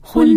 婚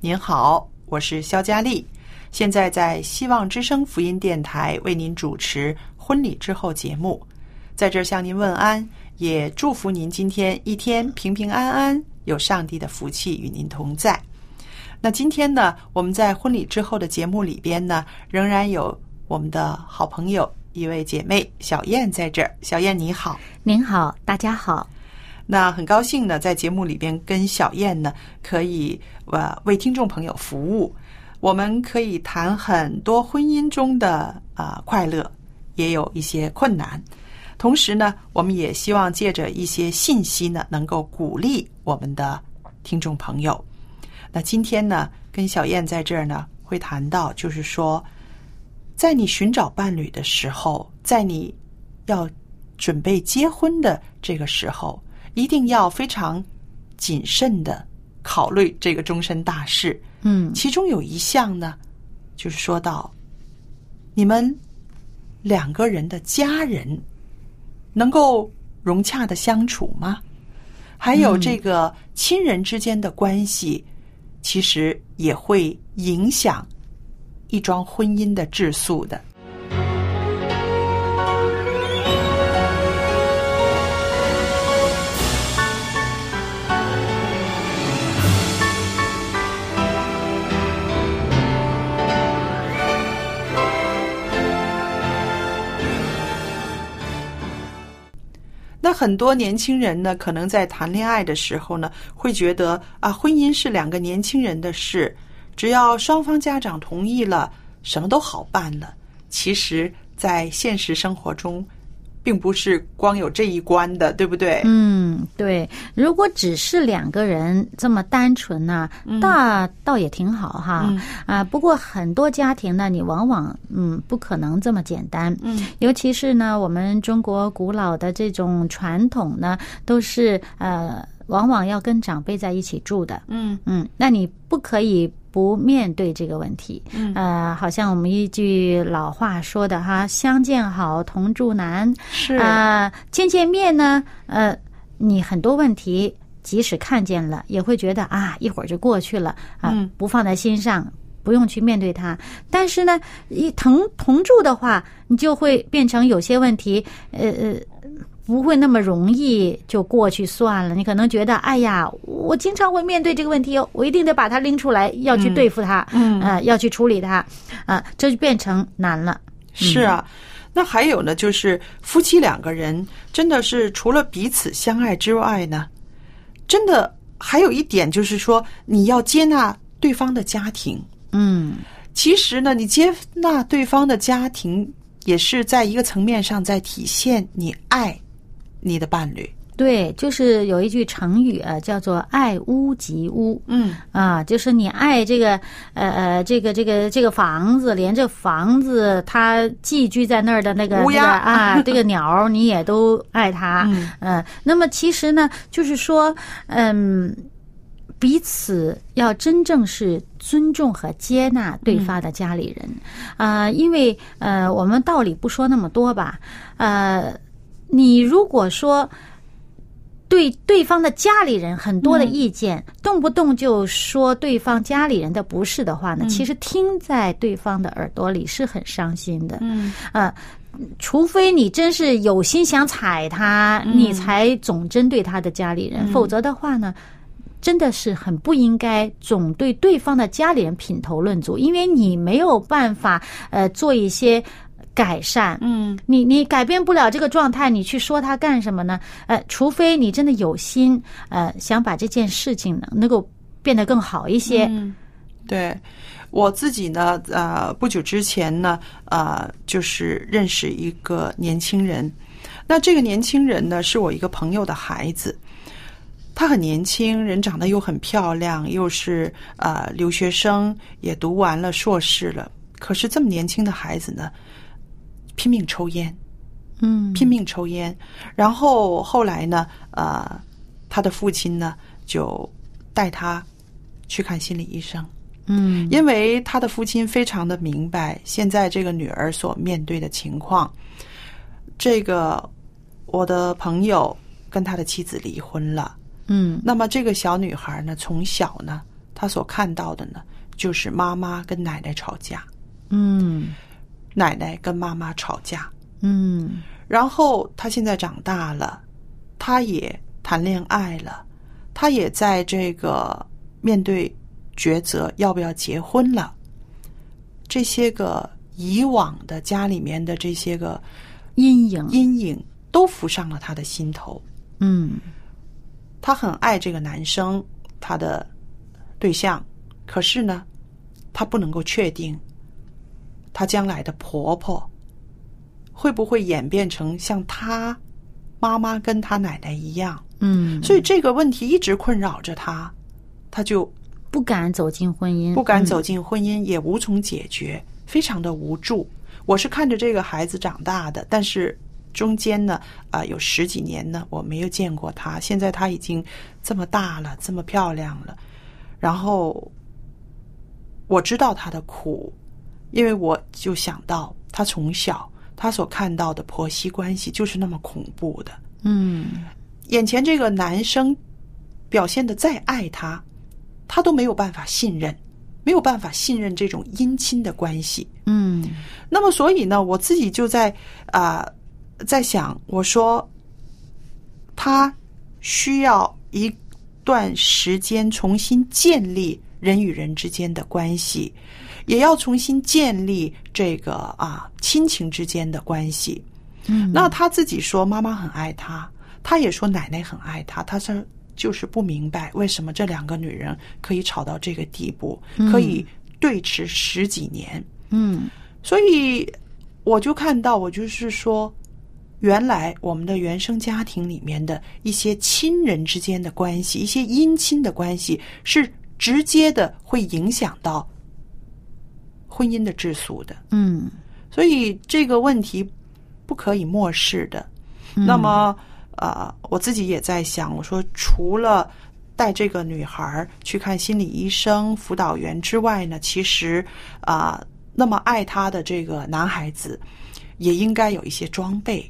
您好，我是肖佳丽，现在在希望之声福音电台为您主持《婚礼之后》节目，在这儿向您问安，也祝福您今天一天平平安安，有上帝的福气与您同在。那今天呢，我们在婚礼之后的节目里边呢，仍然有我们的好朋友一位姐妹小燕在这儿，小燕你好。您好，大家好。那很高兴呢，在节目里边跟小燕呢，可以呃为听众朋友服务。我们可以谈很多婚姻中的啊、呃快乐，也有一些困难。同时呢，我们也希望借着一些信息呢，能够鼓励我们的听众朋友。那今天呢，跟小燕在这儿呢，会谈到就是说，在你寻找伴侣的时候，在你要准备结婚的这个时候，一定要非常谨慎的考虑这个终身大事。嗯，其中有一项呢，就是说到你们两个人的家人能够融洽的相处吗？还有这个亲人之间的关系，其实也会影响一桩婚姻的质素的。那很多年轻人呢，可能在谈恋爱的时候呢，会觉得啊，婚姻是两个年轻人的事，只要双方家长同意了，什么都好办了。其实，在现实生活中，并不是光有这一关的，对不对？嗯，对，如果只是两个人这么单纯呢、那倒也挺好哈。嗯啊，不过很多家庭呢，你往往嗯不可能这么简单。嗯，尤其是呢，我们中国古老的这种传统呢，都是呃，往往要跟长辈在一起住的。嗯嗯，那你不可以不面对这个问题。嗯呃，好像我们一句老话说的哈，“相见好，同住难”。是啊、见见面呢，呃，你很多问题即使看见了，也会觉得啊，一会儿就过去了啊，嗯不放在心上，不用去面对它。但是呢，一同同住的话，你就会变成有些问题，呃呃。不会那么容易就过去算了，你可能觉得，哎呀，我经常会面对这个问题哦，我一定得把它拎出来，要去对付它，嗯呃，要去处理它，啊、这就变成难了。是啊。那还有呢，就是夫妻两个人真的是除了彼此相爱之外呢，真的还有一点就是说，你要接纳对方的家庭。嗯，其实呢，你接纳对方的家庭，也是在一个层面上在体现你爱你的伴侣。对，就是有一句成语啊，叫做“爱屋及乌”。嗯，啊，就是你爱这个，呃呃，这个这个这个房子，连这房子它寄居在那儿的那个乌鸦那个啊，这个鸟儿你也都爱它。嗯呃那么其实呢，就是说，嗯，彼此要真正是尊重和接纳对方的家里人，嗯啊、因为呃，我们道理不说那么多吧，呃，你如果说。对对方的家里人很多的意见，嗯动不动就说对方家里人的不是的话嗯呢，其实听在对方的耳朵里是很伤心的。嗯，呃，除非你真是有心想踩他，嗯你才总针对他的家里人，否则的话呢，真的是很不应该总对对方的家里人品头论足，因为你没有办法呃做一些改善，嗯，你你改变不了这个状态，你去说他干什么呢？呃，除非你真的有心，呃，想把这件事情呢能够变得更好一些，嗯对我自己呢，呃，不久之前呢，呃，就是认识一个年轻人。那这个年轻人呢，是我一个朋友的孩子，她很年轻，人长得又很漂亮，又是呃留学生，也读完了硕士了。可是这么年轻的孩子呢，拼命抽烟，嗯，拼命抽烟。然后后来呢，呃，他的父亲呢就带他去看心理医生。嗯因为他的父亲非常的明白现在这个女儿所面对的情况。这个我的朋友跟他的妻子离婚了，嗯那么这个小女孩呢，从小呢，她所看到的呢，就是妈妈跟奶奶吵架，嗯奶奶跟妈妈吵架，嗯然后她现在长大了，她也谈恋爱了，她也在这个面对抉择要不要结婚了，这些个以往的家里面的这些个阴影，阴影都浮上了她的心头。嗯她很爱这个男生，她的对象，可是呢，她不能够确定，她将来的婆婆会不会演变成像她妈妈跟她奶奶一样，嗯，所以这个问题一直困扰着她，她就不敢走进婚姻，不敢走进婚姻，也无从解决，非常的无助。我是看着这个孩子长大的，但是中间呢，啊、有十几年呢，我没有见过他。现在他已经这么大了，这么漂亮了，然后我知道他的苦，因为我就想到他从小他所看到的婆媳关系就是那么恐怖的。嗯，眼前这个男生表现的再爱他，他都没有办法信任，没有办法信任这种姻亲的关系。嗯嗯那么，所以呢，我自己就在啊、在想，我说他需要一段时间重新建立人与人之间的关系，也要重新建立这个啊亲情之间的关系。嗯，那他自己说妈妈很爱他，他也说奶奶很爱他，他说就是不明白为什么这两个女人可以吵到这个地步，可以对峙十几年。嗯所以我就看到，我就是说，原来我们的原生家庭里面的一些亲人之间的关系，一些姻亲的关系，是直接的会影响到婚姻的质素的。嗯所以这个问题不可以漠视的。嗯那么，呃，我自己也在想，我说除了带这个女孩儿去看心理医生、辅导员之外呢，其实啊、那么爱她的这个男孩子，也应该有一些装备，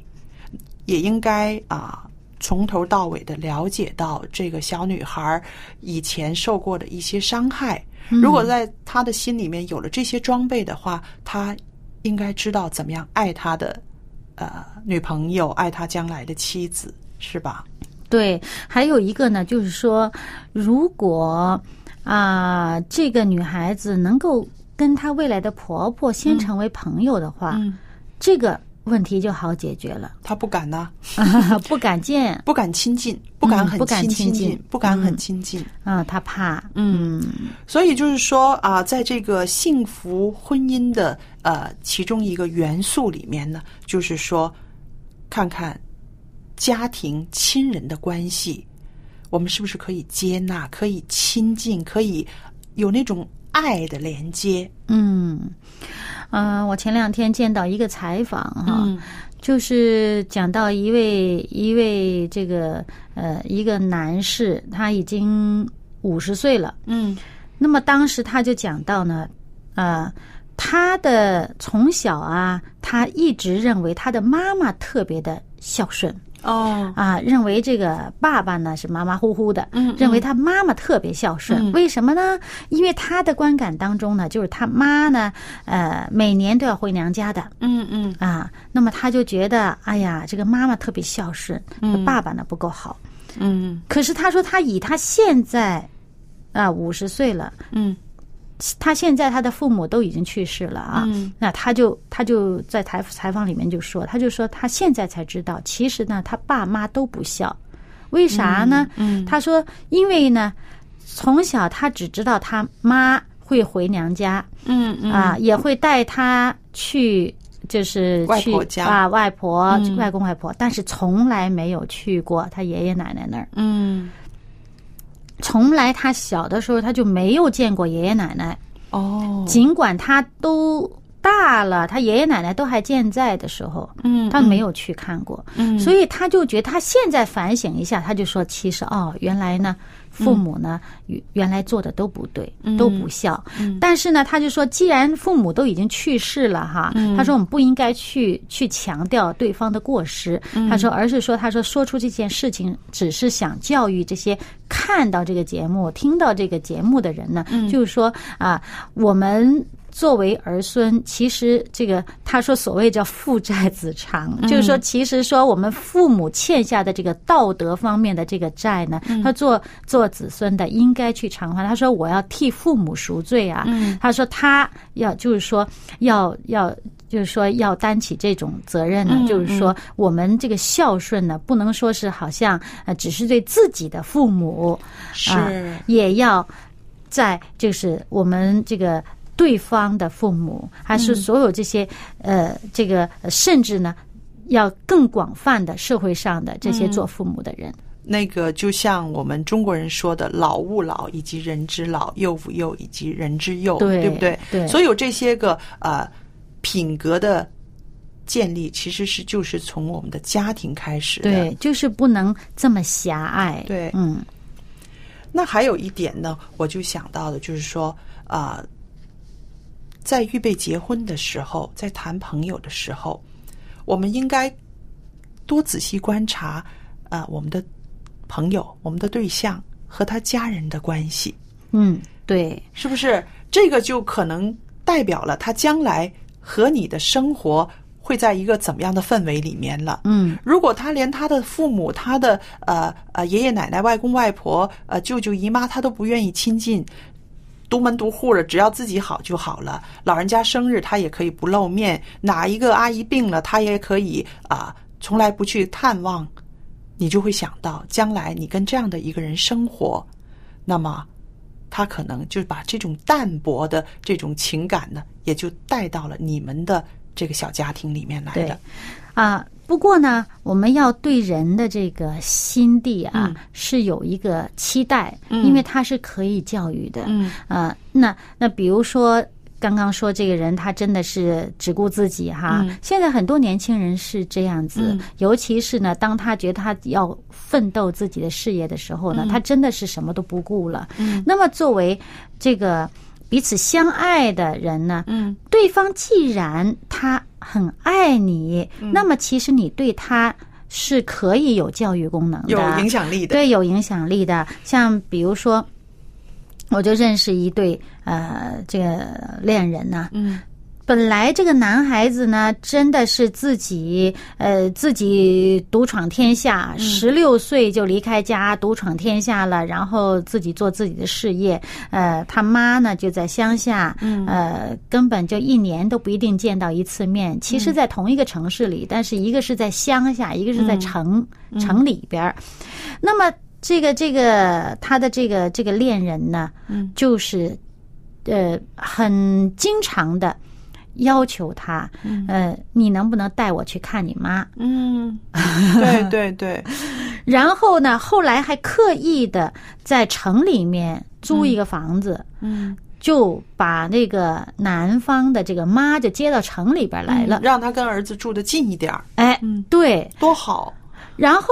也应该啊。从头到尾的了解到这个小女孩儿以前受过的一些伤害，如果在她的心里面有了这些装备的话，她应该知道怎么样爱她的呃女朋友，爱她将来的妻子，是吧？对，还有一个呢，就是说，如果啊、这个女孩子能够跟她未来的婆婆先成为朋友的话，嗯这个问题就好解决 了，她不敢呐、不敢见不敢亲近，不敢很嗯不敢亲亲近近，不敢很亲近。啊、她怕，嗯所以就是说啊、在这个幸福婚姻的呃其中一个元素里面呢，就是说，看看家庭、亲人的关系，我们是不是可以接纳、可以亲近、可以有那种爱的连接？嗯，呃，我前两天见到一个采访啊哈，嗯就是讲到一位一位这个呃一个男士，他已经五十岁了。嗯那么当时他就讲到呢，呃，他的从小啊，他一直认为他的妈妈特别的孝顺哦，啊，认为这个爸爸呢是马马虎虎的，嗯认为他妈妈特别孝顺。嗯为什么呢？因为他的观感当中呢，就是他妈呢，呃，每年都要回娘家的嗯嗯啊，那么他就觉得，哎呀，这个妈妈特别孝顺，嗯爸爸呢不够好。嗯可是他说，他以他现在啊五十岁了。嗯他现在他的父母都已经去世了啊，嗯那他就他就在采采访里面就说，他就说他现在才知道，其实呢他爸妈都不孝，为啥呢？嗯他说因为呢从小他只知道他妈会回娘家嗯嗯啊，也会带他去。就是外去婆家啊，外婆、嗯外公外婆，但是从来没有去过他爷爷奶奶那儿。嗯从来他小的时候他就没有见过爷爷奶奶，哦，尽管他都大了，他爷爷奶奶都还健在的时候，嗯他没有去看过，嗯所以他就觉得他现在反省一下，他就说，其实哦，原来呢，父母呢，原原来做的都不对，都不孝。但是呢，他就说，既然父母都已经去世了哈，他说我们不应该去去强调对方的过失，他说，而是说，他说说出这件事情，只是想教育这些看到这个节目、听到这个节目的人呢，就是说啊，我们。作为儿孙，其实这个他说所谓叫父债子偿，就是说，其实说我们父母欠下的这个道德方面的这个债呢，他做做子孙的应该去偿还。他说我要替父母赎罪啊，他说他要就是说要要。就是说，要担起这种责任呢，就是说，我们这个孝顺呢，不能说是好像呃，只是对自己的父母，是啊也要在就是我们这个对方的父母，还嗯是所有这些、呃，这个呃甚至呢，要更广泛的社会上的这些做父母的人，那个就像我们中国人说的“老吾老以及人之老，幼吾幼以及人之幼”，对不对？对所有这些个呃品格的建立，其实是就是从我们的家庭开始的。对，就是不能这么狭隘，对嗯那还有一点呢，我就想到的就是说，啊、在预备结婚的时候，在谈朋友的时候，我们应该多仔细观察，啊，我们的朋友、我们的对象和他家人的关系，嗯，对，是不是？这个就可能代表了他将来和你的生活会在一个怎么样的氛围里面了。嗯如果他连他的父母、他的呃呃爷爷奶奶、外公外婆、呃舅舅姨妈，他都不愿意亲近，独门独户了，只要自己好就好了。老人家生日他也可以不露面，哪一个阿姨病了，他也可以啊、从来不去探望。你就会想到，将来你跟这样的一个人生活，那么他可能就把这种淡薄的这种情感呢，也就带到了你们的这个小家庭里面来对的。啊。不过呢，我们要对人的这个心地啊、嗯是有一个期待，因为它是可以教育的。嗯呃，那那比如说。刚刚说这个人，他真的是只顾自己哈。嗯现在很多年轻人是这样子，尤其是呢，当他觉得他要奋斗自己的事业的时候呢，嗯他真的是什么都不顾了。那么作为这个彼此相爱的人呢，嗯，对方既然他很爱你，嗯那么其实你对他是可以有教育功能的，有影响力的。对，啊有影响力的。像比如说，我就认识一对呃，这个恋人呢、嗯本来这个男孩子呢，真的是自己呃自己独闯天下，十六岁就离开家独闯天下了，然后自己做自己的事业。呃，他妈呢就在乡下，呃，根本就一年都不一定见到一次面。其实，在同一个城市里，但是一个是在乡下，一个是在城城里边儿。那么这个这个他的这个这个恋人呢，就是呃很经常的。要求他，呃，你能不能带我去看你妈？嗯， 对对对，然后呢，后来还刻意的在城里面租一个房子，嗯，就把那个男方的这个妈就接到城里边来了。让他跟儿子住的近一点儿，哎，对，多好。然后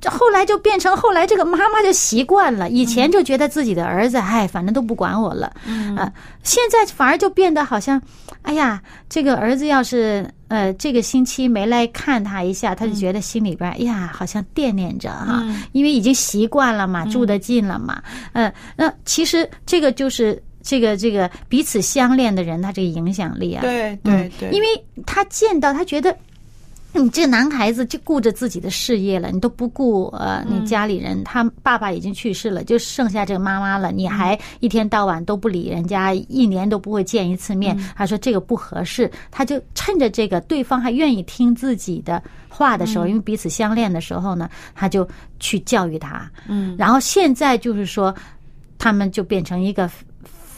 这后来就变成后来这个妈妈就习惯了，以前就觉得自己的儿子，哎，反正都不管我了，嗯、呃，现在反而就变得好像，哎呀，这个儿子要是呃这个星期没来看他一下，他就觉得心里边，哎呀，好像惦念着哈、因为已经习惯了嘛，住得近了嘛，嗯、那其实这个就是。这个这个彼此相恋的人，他这个影响力啊，对对对，因为他见到他觉得。你这个男孩子就顾着自己的事业了，你都不顾呃你家里嗯人，他爸爸已经去世了，就剩下这个妈妈了，你嗯还一天到晚都不理人家，一年都不会见一次面。嗯他说这个不合适，他就趁着这个对方还愿意听自己的话的时嗯候，因为彼此相恋的时候呢，他就去教育他。嗯，然后现在就是说，他们就变成一个。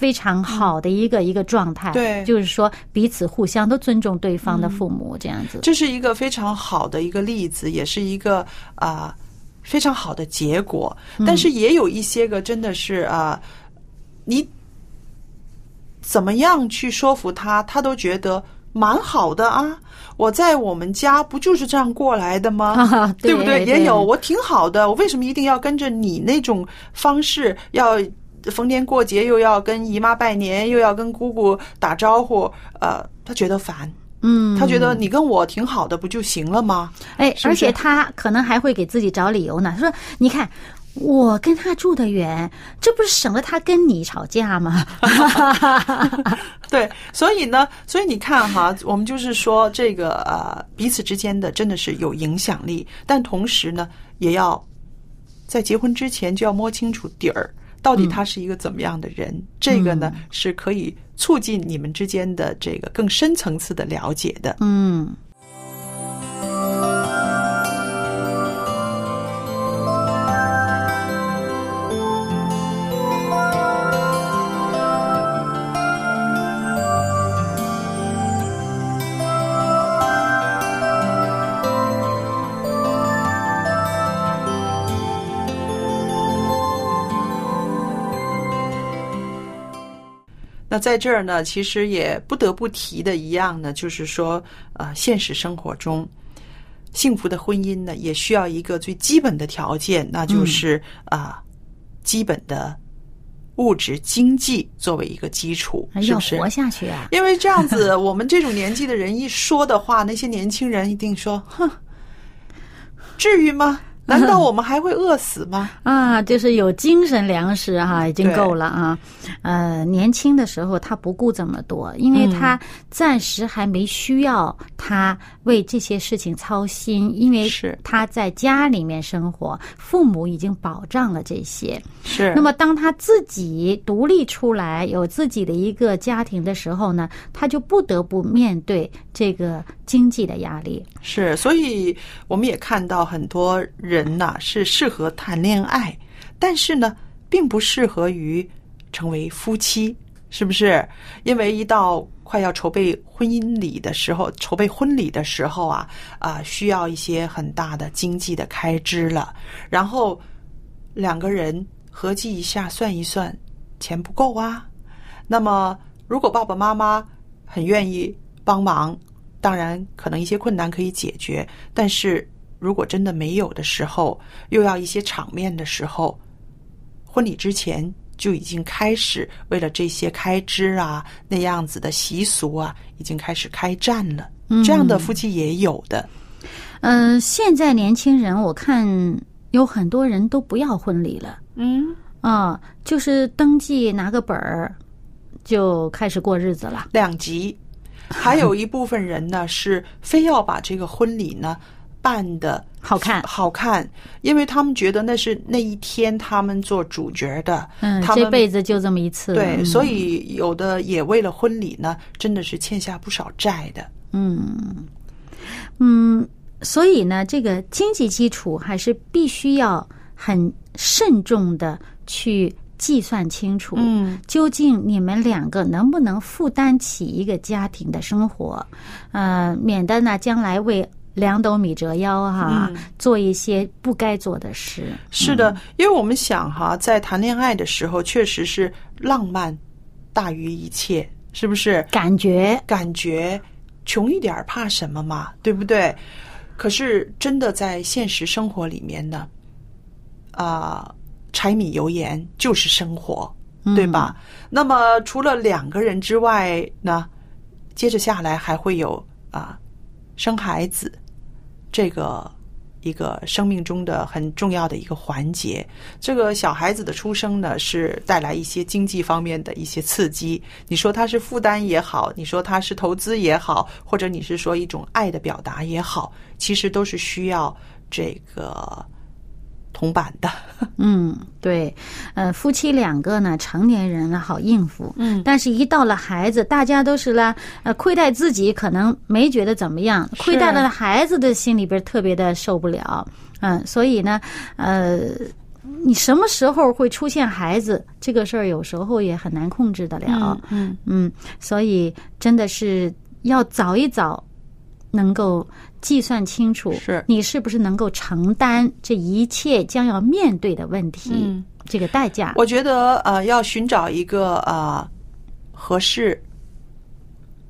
非常好的一个一个状态，嗯对就是说彼此互相都尊重对方的父母，这样子。这是一个非常好的一个例子，也是一个啊、非常好的结果。嗯但是也有一些个真的是啊、你怎么样去说服他，他都觉得蛮好的啊。我在我们家不就是这样过来的吗？ 啊对不对？对也有我挺好的，我为什么一定要跟着你那种方式要？逢年过节又要跟姨妈拜年，又要跟姑姑打招呼，呃，他觉得烦，嗯，他觉得你跟我挺好的，不就行了吗？ 哎，是不而是且他可能还会给自己找理由呢。他说：“你看，我跟他住得远，这不是省得他跟你吵架吗对，所以呢，所以你看哈，我们就是说这个呃，彼此之间的真的是有影响力，但同时呢，也要在结婚之前就要摸清楚底儿，到底他是一个怎么样的人。这个呢，是可以促进你们之间的这个更深层次的了解的？”。嗯。那在这儿呢，其实也不得不提的一样呢，就是说，呃，现实生活中，幸福的婚姻呢，也需要一个最基本的条件，嗯那就是啊、基本的物质经济作为一个基础，是要不是活？下去啊！因为这样子，我们这种年纪的人一说的话，那些年轻人一定说：“哼，至于吗？难 道我们还会饿死吗？”啊，就是有精神粮食哈、已经够了啊。呃，年轻的时候他不顾这么多，因为他暂时还没需要他为这些事情操心，因为是他在家里面生活，父母已经保障了这些。是那么，当他自己独立出来，有自己的一个家庭的时候呢，他就不得不面对这个经济的压力。是，所以我们也看到很多人呐、是适合谈恋爱，但是呢，并不适合于成为夫妻，是不是？因为一到快要筹备婚姻礼的时候，筹备婚礼的时候啊，啊、需要一些很大的经济的开支了，然后两个人合计一下，算一算，钱不够啊，那么，如果爸爸妈妈很愿意帮忙，当然可能一些困难可以解决，但是如果真的没有的时候，又要一些场面的时候，婚礼之前就已经开始为了这些开支啊，那样子的习俗啊，已经开始开战了。这样的夫妻也有的，嗯、现在年轻人，我看有很多人都不要婚礼了嗯，啊、就是登记拿个本儿就开始过日子了。两极。还有一部分人呢，是非要把这个婚礼呢办的好看好看，因为他们觉得那是那一天他们做主角的，嗯，他这们辈子就这么一次了。嗯对，嗯所以以有的也为了婚礼呢，真的是欠下不少债的。嗯，所以呢，这个经济基础还是必须要很慎重的去计算清楚，嗯，究竟你们两个能不能负担起一个家庭的生活，呃，免得呢将来为两斗米折腰哈、嗯做一些不该做的事。是的，因为我们想哈，在谈恋爱的时候，确实是浪漫大于一切，是不是？感觉感觉穷一点儿怕什么嘛，对不对？可是真的在现实生活里面呢，啊、柴米油盐就是生活，嗯对吧？那么除了两个人之外呢，接着下来还会有啊、生孩子这个一个生命中的很重要的一个环节。这个小孩子的出生呢，是带来一些经济方面的一些刺激。你说它是负担也好，你说它是投资也好，或者你是说一种爱的表达也好，其实都是需要这个铜板的。啊嗯， 对，呃，夫妻两个呢，成年人了好应付，嗯，但是一到了孩子，大家都是啦，呃，亏待自己可能没觉得怎么样，亏待了孩子的心里边特别的受不了，嗯，所以呢，呃，你什么时候会出现孩子这个事儿，有时候也很难控制得了，嗯，嗯，所以真的是要早一早能够计算清楚，是你是不是能够承担这一切将要面对的问题，嗯这个代价。我觉得呃，要寻找一个呃合适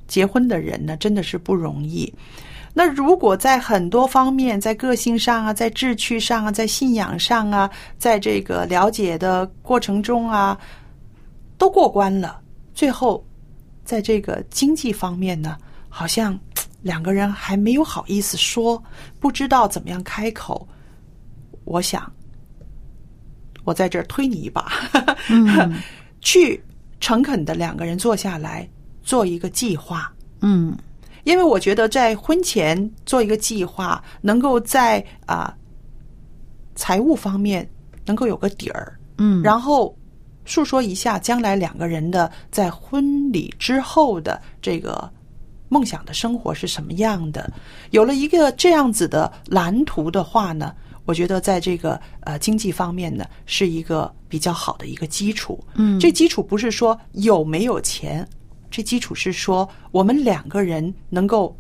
结婚的人呢，真的是不容易。那如果在很多方面，在个性上啊，在志趣上啊，在信仰上啊，在这个了解的过程中啊，都过关了，最后在这个经济方面呢，好像嘖两个人还没有好意思说，不知道怎么样开口。我想，我在这儿推你一把，嗯 去诚恳的两个人坐下来做一个计划，嗯因为我觉得在婚前做一个计划，能够在啊、财务方面能够有个底儿，嗯，然后述说一下将来两个人的在婚礼之后的这个梦想的生活是什么样的。有了一个这样子的蓝图的话呢，我觉得在这个呃经济方面呢，是一个比较好的一个基础。嗯这基础不是说有没有钱，这基础是说我们两个人能够。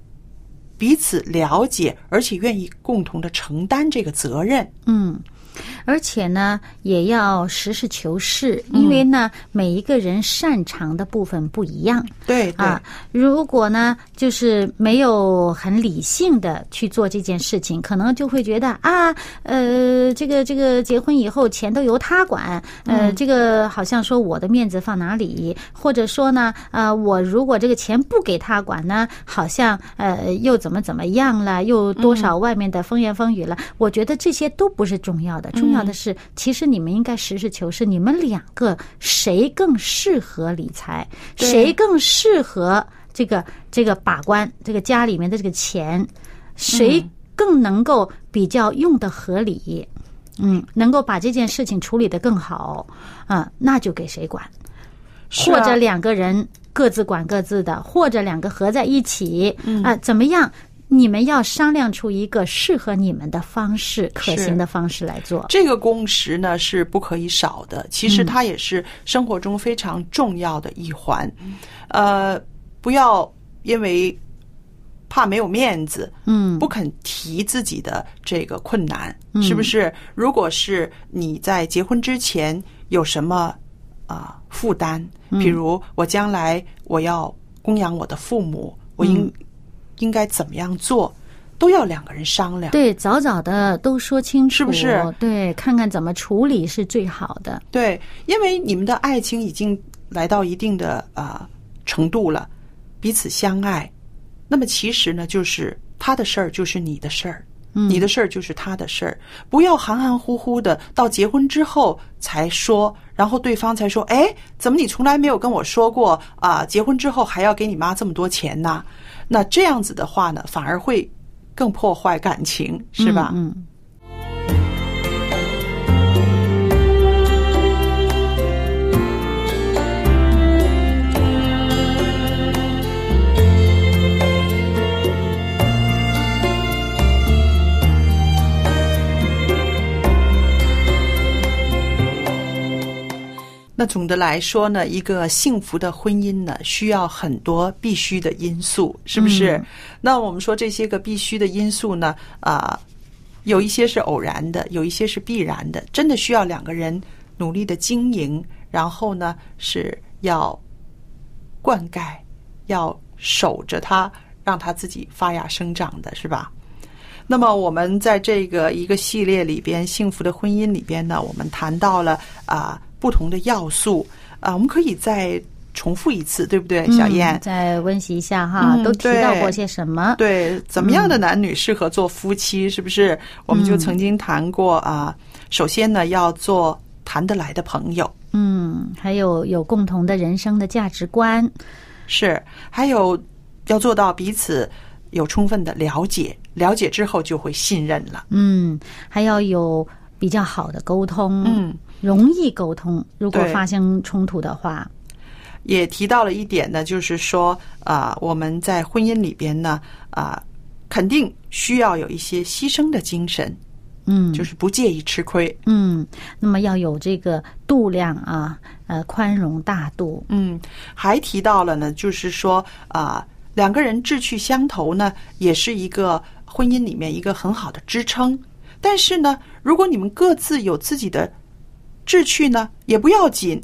彼此了解，而且愿意共同的承担这个责任。嗯，而且呢，也要实事求是，嗯因为呢，每一个人擅长的部分不一样。对对，啊，如果呢，就是没有很理性的去做这件事情，可能就会觉得啊，呃，这个这个结婚以后钱都由他管，呃，这个好像说我的面子放哪里，或者说呢，啊，我如果这个钱不给他管呢，好像呃又怎么怎么样了，又多少外面的风言风语了，我觉得这些都不是重要的，重要的是，其实你们应该实事求是，你们两个谁更适合理财，对谁更适合这个这个把关这个家里面的这个钱，谁更能够比较用的合理，嗯，能够把这件事情处理得更好，啊、那就给谁管，是或啊者两个人各自管各自的，或者两个合在一起，嗯啊、怎么样？你们要商量出一个适合你们的方式，可是行的方式来做。这个共识呢是不可以少的，其实它也是生活中非常重要的一环。呃，不要因为怕没有面子，嗯不肯提自己的这个困难，是不是？如果是你在结婚之前有什么啊、负担，比如我将来我要供养我的父母，我应、应该怎么样做，都要两个人商量。对，早早的都说清楚，是不是？对，看看怎么处理是最好的。对，因为你们的爱情已经来到一定的啊、呃程度了，彼此相爱，那么其实呢，就是他的事儿就是你的事儿，你的事儿就是他的事儿，不要含含糊糊的，到结婚之后才说，然后对方才说，哎，怎么你从来没有跟我说过啊、结婚之后还要给你妈这么多钱呐？那这样子的话呢，反而会更破坏感情，是吧？嗯。那总的来说呢，一个幸福的婚姻呢，需要很多必须的因素，是不是？那我们说这些个必须的因素呢，啊、有一些是偶然的，有一些是必然的，真的需要两个人努力的经营，然后呢是要灌溉，要守着它，让它自己发芽生长的，是吧？那么我们在这个一个系列里边，幸福的婚姻里边呢，我们谈到了啊、不同的要素啊、我们可以再重复一次，对不对，小燕？嗯再温习一下哈，嗯都提到对过些什么？ 对，怎么样的男女适合做夫妻？是不是？我们就曾经谈过啊。首先呢，要做谈得来的朋友，嗯，还有有共同的人生的价值观，是还有要做到彼此有充分的了解，了解之后就会信任了。嗯，还要有比较好的沟通，嗯，容易沟通。如果对发生冲突的话，也提到了一点呢，就是说啊、我们在婚姻里边呢啊、肯定需要有一些牺牲的精神，嗯，就是不介意吃亏。嗯，那么要有这个度量啊，呃，宽容大度，嗯，还提到了呢，就是说啊、两个人志趣相投呢，也是一个婚姻里面一个很好的支撑。但是呢，如果你们各自有自己的志趣呢，也不要紧，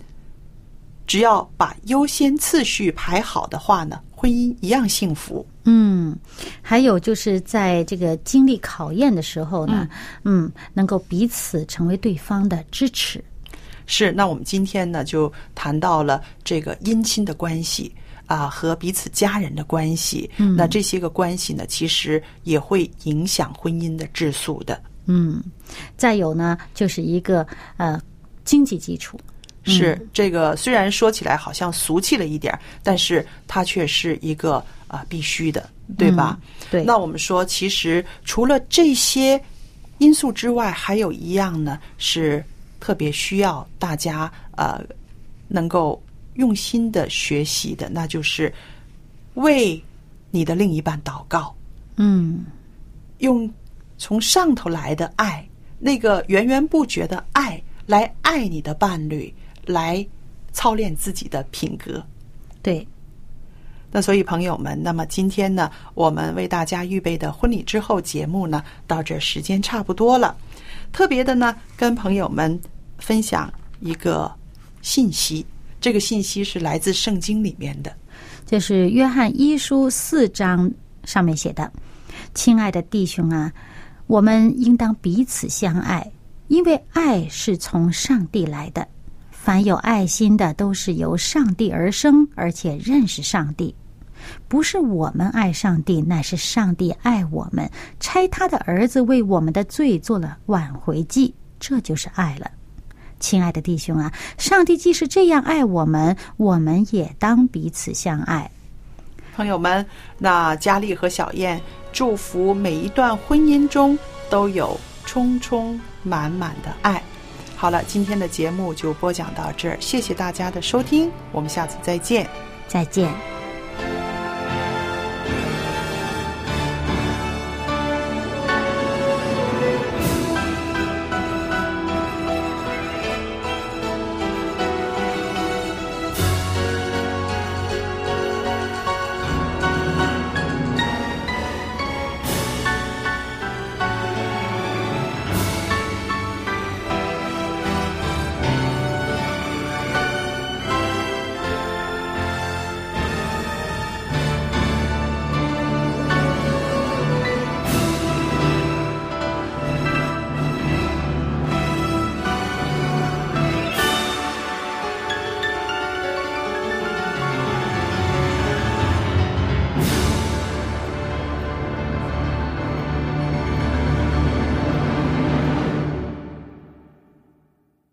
只要把优先次序排好的话呢，婚姻一样幸福。嗯，还有就是在这个经历考验的时候呢，嗯，能够彼此成为对方的支持，是，那我们今天呢就谈到了这个姻亲的关系啊，和彼此家人的关系。嗯，那这些个关系呢，其实也会影响婚姻的质素的。嗯，再有呢，就是一个呃经济基础，是这个，虽然说起来好像俗气了一点儿，但是它却是一个啊、必须的，对吧？对，那我们说，其实除了这些因素之外，还有一样呢，是特别需要大家呃能够用心的学习的，那就是为你的另一半祷告，嗯用从上头来的爱，那个源源不绝的爱来爱你的伴侣，来操练自己的品格。对，那所以，朋友们，那么今天呢，我们为大家预备的婚礼之后节目呢，到这时间差不多了。特别的呢，跟朋友们分享一个信息，这个信息是来自圣经里面的。这是约翰一书四章上面写的：“亲爱的弟兄啊，我们应当彼此相爱，因为爱是从上帝来的。凡有爱心的，都是由上帝而生，而且认识上帝。不是我们爱上帝，乃是上帝爱我们，差他的儿子为我们的罪做了挽回祭，这就是爱了。”亲爱的弟兄啊，上帝既是这样爱我们，我们也当彼此相爱。朋友们，那佳丽和小燕祝福每一段婚姻中都有充充满满的爱。好了，今天的节目就播讲到这儿，谢谢大家的收听，我们下次再见。再见。